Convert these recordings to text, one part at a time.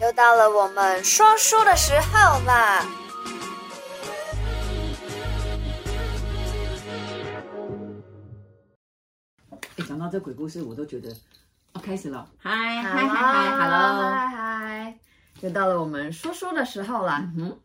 又到了我们说书的时候 啦！诶讲到这鬼故事，我都觉得，哦，开始了，嗨嗨嗨嗨嗨，hello，嗨嗨，又到了我们说书的时候啦！嗯哼，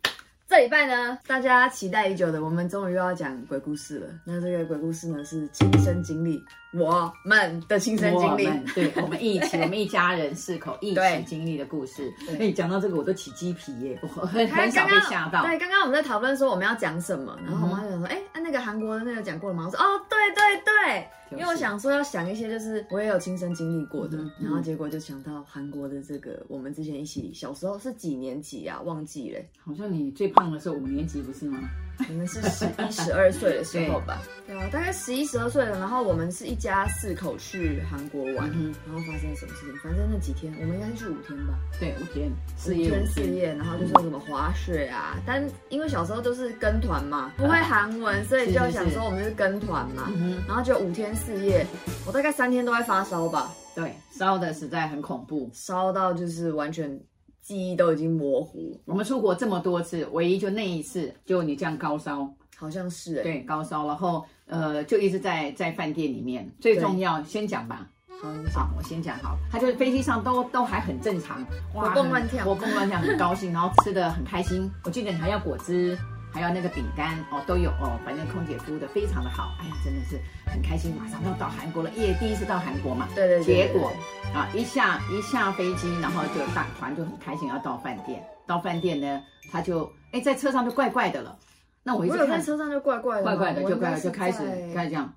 这礼拜呢，大家期待已久的，我们终于又要讲鬼故事了。那这个鬼故事呢，是亲身经历，我们的亲身我经历。 们对，我们一起，我们一家人四口一对起经历的故事。对哎，讲到这个我都起鸡皮耶，我很还很有少刚被刚吓到。对，刚刚我们在讨论说我们要讲什么，然后我妈就想说，哎、啊那个韩国的那个讲过了吗？我说，哦，对对对，就是因为我想说要想一些就是我也有亲身经历过的，嗯嗯然后结果就想到韩国的这个，我们之前一起小时候是几年级啊？忘 记了，好像你最胖的时候五年级不是吗？你们是十一、十二岁的时候吧？对啊，大概十一、十二岁了。然后我们是一家四口去韩国玩，嗯然后发生了什么事情？反正那几天，我们应该是去五天吧，对，五天，五四夜天五四天，夜，然后就是什么滑雪啊。但因为小时候都是跟团嘛，不会韩文，所以就想说我们是跟团嘛。嗯哼，然后就五天四夜，我大概三天都在发烧吧，对，烧的实在很恐怖。烧到就是完全记忆都已经模糊，我们出国这么多次，唯一就那一次，就你这样高烧，好像是哎、对，高烧，然后呃，就一直在在饭店里面。最对重要，先讲吧。好，你好，我先讲好，他就是飞机上都都还很正常，活蹦乱跳很活蹦乱跳，很高兴，然后吃的很开心。我记得你还要果汁，还要那个饼干哦，都有哦，反正空姐服务的非常的好，哎呀，真的是很开心，马上要到韩国了，耶，第一次到韩国嘛，对对对结果啊，一下一下飞机，然后就大团就很开心要到饭店，到饭店呢，他就哎在车上就怪怪的了，那我我一直有在看车上就怪怪的吗，怪怪的，我就应怪该了，是就开始在开始这样，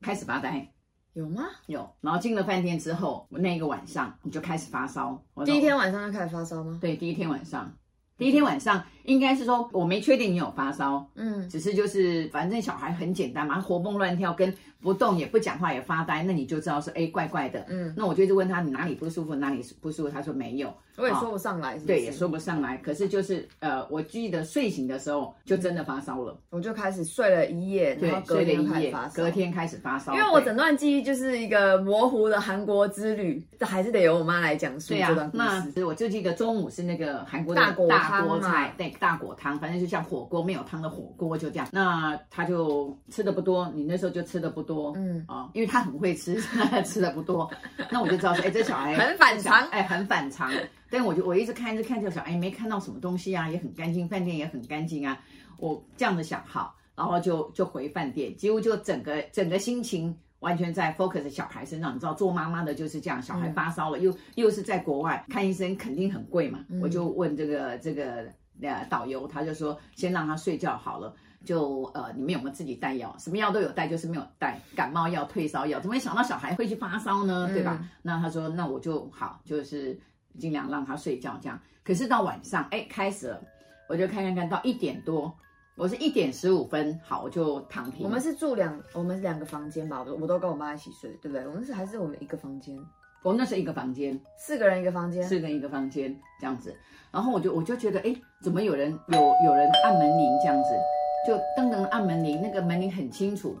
开始发呆。有吗？有，然后进了饭店之后，我那一个晚上你就开始发烧。我第一天晚上就开始发烧吗？对，第一天晚上，第一天晚上应该是说我没确定你有发烧，嗯，只是就是反正小孩很简单嘛，活蹦乱跳，跟不动也不讲话也发呆，那你就知道说哎怪怪的。嗯，那我就一直问他你哪里不舒服，哪里不舒服，他说没有，我也哦说不上来是不是，对，也说不上来。可是就是呃，我记得睡醒的时候就真的发烧了，我就开始睡了一夜，对然后，隔睡了天一就开始夜发，烧隔。天开始发烧，因为我对整段记忆就是一个模糊的韩国之旅，这还是得由我妈来讲述对这呀、段故那事。我就记得中午是那个韩国的啊大果汤锅嘛菜，对，大果汤，反正就像火锅没有汤的火锅就这样。那他就吃的不多，你那时候就吃的不多，嗯啊、因为他很会吃， 吃的不多。那我就知道说，哎、这小孩很反常哎、很反常。但我就我一直看，一直看，就想，哎、没看到什么东西啊，也很干净，饭店也很干净啊。我这样子想，好，然后就就回饭店，几乎就整个整个心情完全在 focus 小孩身上。你知道，做妈妈的就是这样，小孩发烧了，又又是在国外看医生，肯定很贵嘛。我就问这个这个呃导游，他就说先让他睡觉好了。就呃，你们有没有自己带药？什么药都有带，就是没有带感冒药、退烧药。怎么会想到小孩会去发烧呢？嗯对吧？那他说，那我就好，就是尽量让他睡觉这样。可是到晚上，哎，开始了，我就看看看到一点多，我是一点十五分，好，我就躺平。我们是住两，我们是两个房间吧，我我都跟我妈一起睡，对不对？我们是还是我们一个房间，我们那是一个房间，四个人一个房间。四个人一个房间这样子。然后我就我就觉得，哎，怎么有人有有人按门铃这样子，就噔噔按门铃，那个门铃很清楚。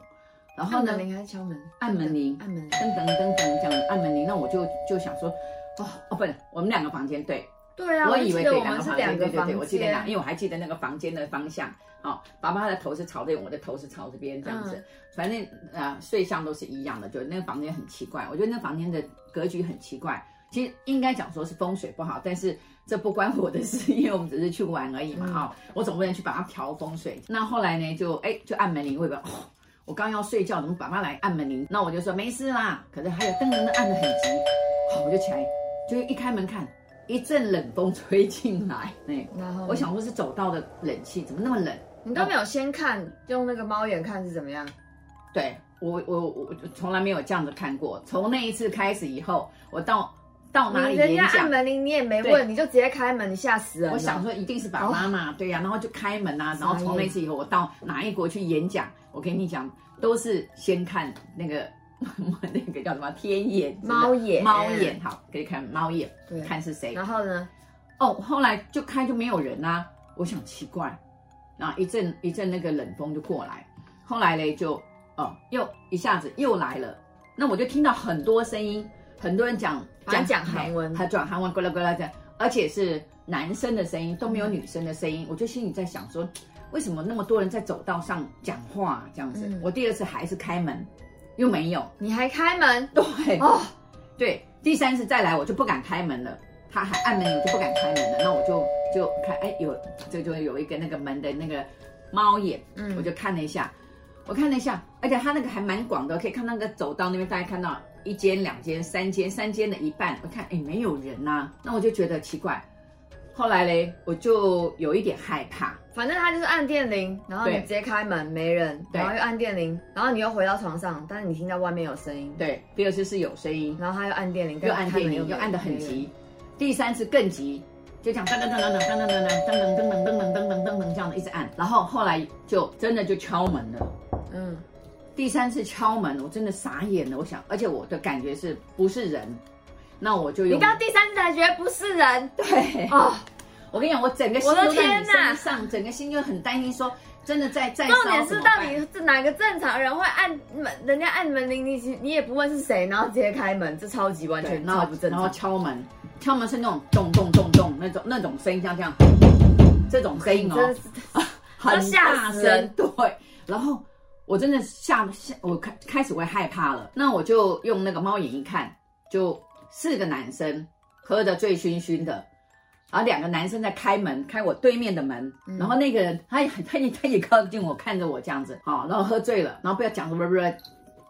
然后按呢门，铃还是敲门？按门铃按门铃。噔噔噔噔这样按门铃，那我就就想说，哦哦，不是，我们两个房间对，对啊，我就以为记得对我们是两两个个房间，对对房对，间。我记得两，因为我还记得那个房间的方向。哦，爸爸的头是朝这边，我的头是朝这边，这样子，嗯反正呃睡相都是一样的，就那个房间很奇怪，我觉得那房间的格局很奇怪。其实应该讲说是风水不好，但是这不关我的事，因为我们只是去玩而已嗯嘛。哦，我总不能去把它调风水。那后来呢，就哎就按门铃，我以为哦，我刚要睡觉，怎么爸爸来按门铃？那我就说没事啦。可是还有噔噔的按的很急，好，我就起来，就一开门看，一阵冷风吹进来，哎，然后我想说是走道的冷气怎么那么冷？你都没有先看，用那个猫眼看是怎么样？对我我我我从来没有这样子看过。从那一次开始以后，我到到哪里你人演家按讲，门铃你也没对问，你就直接开门，你吓死人了。我想说一定是爸哦爸嘛，对呀、然后就开门啊，然后傻眼从那次以后，我到哪一国去演讲，我跟你讲，都是先看那个 那个叫什么天眼是不是猫眼猫眼好，可以看猫眼，对，看是谁。然后呢？哦，后来就开就没有人啦、我想奇怪，然后一阵一阵那个冷风就过来，后来嘞就哦又一下子又来了，那我就听到很多声音，很多人讲好像讲韩文他讲韩文，呱啦呱啦讲。而且是男生的声音，都没有女生的声嗯音，我就心里在想说，为什么那么多人在走道上讲话这样子？嗯我第二次还是开门，又没有，你还开门对哦，对，第三次再来我就不敢开门了，他还按门铃，我就不敢开门了，那我就就看，哎，有这就有一个那个门的那个猫眼，嗯我就看了一下，我看了一下，而且它那个还蛮广的，可以看到那个走道那边，大概看到一间、两间、三间，三间的一半，我看哎没有人呐、那我就觉得奇怪，后来嘞我就有一点害怕，反正他就是按电铃，然后你对直接开门，没人，对然后又按电铃，然后你又回到床上，但是你听到外面有声音，对，第二次是有声音，然后他又按电铃，又按但是电开铃，门没又按得很。没人急，第三次更急，就这样噔噔噔噔噔噔噔噔噔噔噔噔噔噔噔噔噔这样的一直按，然后后来就真的就敲门了。嗯，第三次敲门，我真的傻眼了，我想，而且我的感觉是不是人？那我就你用到第三次才觉得不是人对，哦，我跟你讲，我整个心我的都在天你哪身上，整个心就很担心说真的在在重点是到底是哪个正常人会按门，人家按门铃，你你也不问是谁，然后直接开门，这超级完对全，然超后不正然后常。敲门，敲门是那种咚咚咚咚那种那种声音，像这样这种声音你哦，真的是 很大吓死人声，对。然后我真的吓吓，我开开始会害怕了。那我就用那个猫眼一看，就四个男生喝得醉醺醺的，然后两个男生在开门，开我对面的门。嗯然后那个人他也他也他也靠近我，看着我这样子，好，然后喝醉了，然后不要讲什么不是。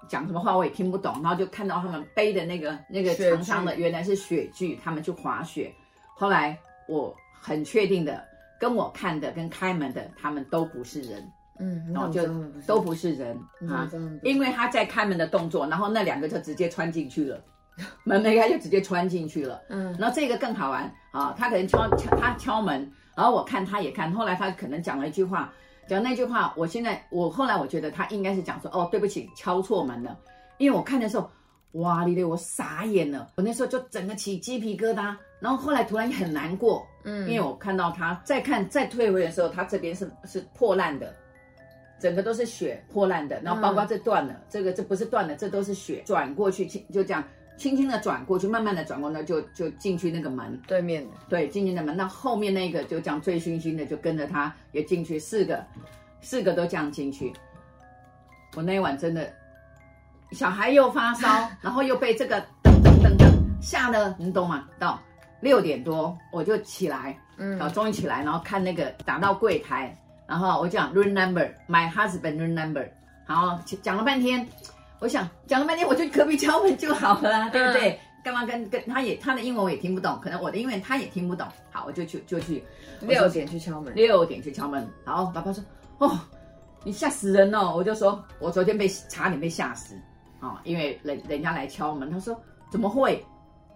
讲什么话我也听不懂，然后就看到他们背的那个那个雪具长长的原来是雪具，他们去滑雪。后来我很确定的，跟我看的跟开门的他们都不是人，嗯，你怎然后么就知道他们不是嗯都不是人你怎么啊知，道他们不是因为他在开门的动作，然后那两个就直接穿进去了，门没开就直接穿进去了。嗯然后这个更好玩啊，他可能敲敲他敲门，然后我看他也看，后来他可能讲了一句话，讲那句话，我现在我后来我觉得他应该是讲说哦对不起敲错门了，因为我看的时候，哇你的我傻眼了，我那时候就整个起鸡皮疙瘩，然后后来突然也很难过，嗯，因为我看到他再看再退回的时候，他这边是是破烂的，整个都是血破烂的，然后包括这断了，这个这不是断了，这都是血转过去，轻就这样轻轻的转过去，慢慢的转过来就就进去那个门，对面的，对，进去那门，那后面那个就这样醉醺醺的就跟着他也进去，四个四个都这样进去，我那一晚真的，小孩又发烧，然后又被这个噔噔噔噔吓得，你懂吗？到六点多我就起来。然后嗯终于起来，然后看那个打到柜台，然后我讲 room number，my husband room number，然后讲了半天，我想讲了半天，我就隔壁敲门就好了、啊，对不对？干嘛跟跟他也他的英文我也听不懂，可能我的英文他也听不懂，好，我就去就去六点去敲门，六点去敲门，然后爸爸说：“哦，你吓死人了！”我就说：“我昨天被差点被吓死啊、哦因为人人家来敲门。”他说：“怎么会？”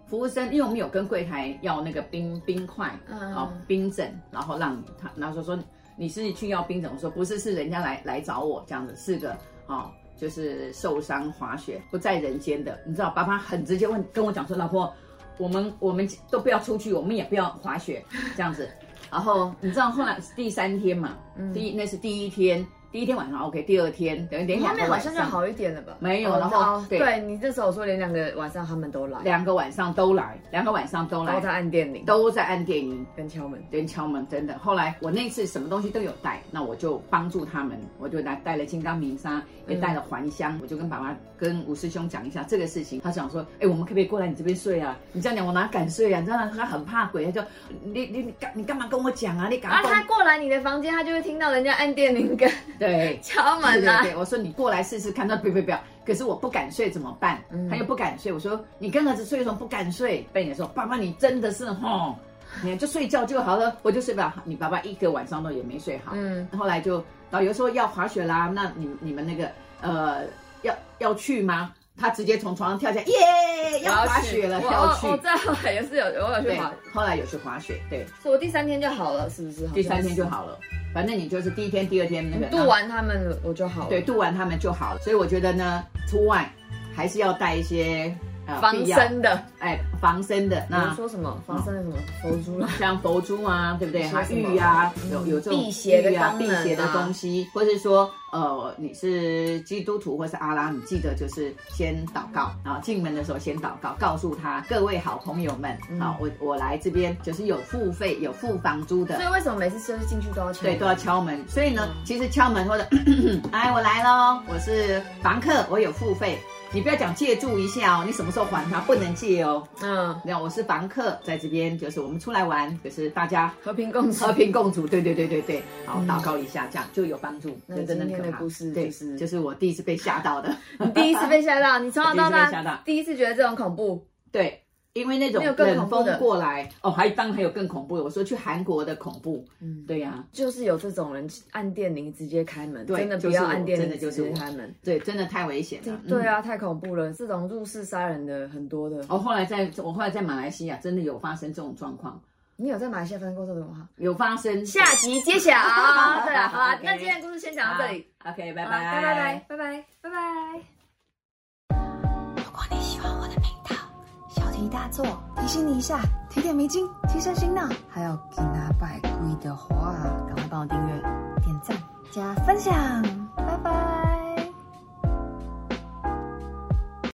服务生，因为我们有跟柜台要那个冰冰块，嗯哦，冰枕，然后让你他，然后说说你是去要冰枕，我说不是，是人家来来找我这样子，是个哦，就是受伤滑雪不在人间的，你知道，爸爸很直接问跟我讲说，老婆，我们我们都不要出去，我们也不要滑雪这 样子，然后你知道后来第三天嘛，嗯第一那是第一天，第一天晚上 OK，第二天等于连后两个面好晚像就上。好一点了吧？没有哦然后哦对对你这时候说连两个晚上他们都来，两个晚上都来，两个晚上都来，都在按电铃，都在按电影，跟敲门。人敲门，真的。后来我那次什么东西都有带，那我就帮助他们，我就拿带了金刚明砂，也带了还香，我就跟爸爸跟吴师兄讲一下这个事情。他想说，哎、我们可不可以过来你这边睡啊？你这样讲我哪敢睡啊？你知道吗他很怕鬼，他就你你你干你干嘛跟我讲啊？你敢啊，动他过来你的房间，他就会听到人家按电铃跟 对。敲门啊对对啦。对，我说你过来试试看，他不要不要不要，可是我不敢睡怎么办？嗯他又不敢睡，我说你跟儿子睡的时候不敢睡，被你说爸爸你真的是吼，你就睡觉就好了，我就睡不了。你爸爸一个晚上都也没睡好，嗯，后来就导游说要滑雪啦，那你你们那个呃要要去吗？他直接从床上跳下来，耶，哎要滑雪了，我哦要去我。我这后来也是有我有去对滑，，后来有去滑雪，对，所以我第三天就好了，是不是？第三天就好了。反正你就是第一天、第二天那好个像是。度，完他们我就好了。对，，度完他们就好了。所以我觉得呢，出外还是要带一些呃防必要身的。哎防身的比如那。嗯说什么防身的什么佛珠啦，像佛珠啊，对不对？你说还什么玉啊，嗯有有这种辟邪的玉啊、功辟能啊邪的东西，或是说，呃，你是基督徒或是阿拉，你记得就是先祷告啊，进门的时候先祷告，告诉他各位好朋友们，嗯啊，我我来这边就是有付费、有付房租的所以，为什么每次就是进去都要敲？对，都要敲门。所以呢，嗯其实敲门或者，咳 咳咳哎，我来喽，我是房客，我有付费。你不要讲借住一下哦，你什么时候还他？不能借哦。嗯，那我是房客，在这边就是我们出来玩，就是大家和平共处 和。平共处。对对对对对，好，祷告一下，这样就有帮助。嗯那这真的今天的很可怕。故事对，就是哦就是我第一次被吓 到的。你第一次被吓到，你 从小到我第一次被吓到大第一次觉得这种恐怖，对，因为那种没有更冷恐怖风的过来，哦，还当然还有更恐怖的。我说去韩国的恐怖，嗯，对呀、就是有这种人按电铃直接开门，对真的就不是要我按电真铃的就直是接我开门。对，真的太危险了。嗯对啊，太恐怖了，这种入室杀人的很多的。哦，后来在我后来在马来西亚真的有发生这种状况，你有在马来西亚发生过这种吗？有发生。下集揭 晓。对了，好啊 OK，那今天的故事先讲到这里，好，OK，拜啊好啊拜拜，拜拜拜拜拜拜。如果你喜欢我的频道，小题大做，提醒你一下，提点迷津，提升醒脑。还有给拿百贵的话，赶快帮我订阅、点赞、加分享。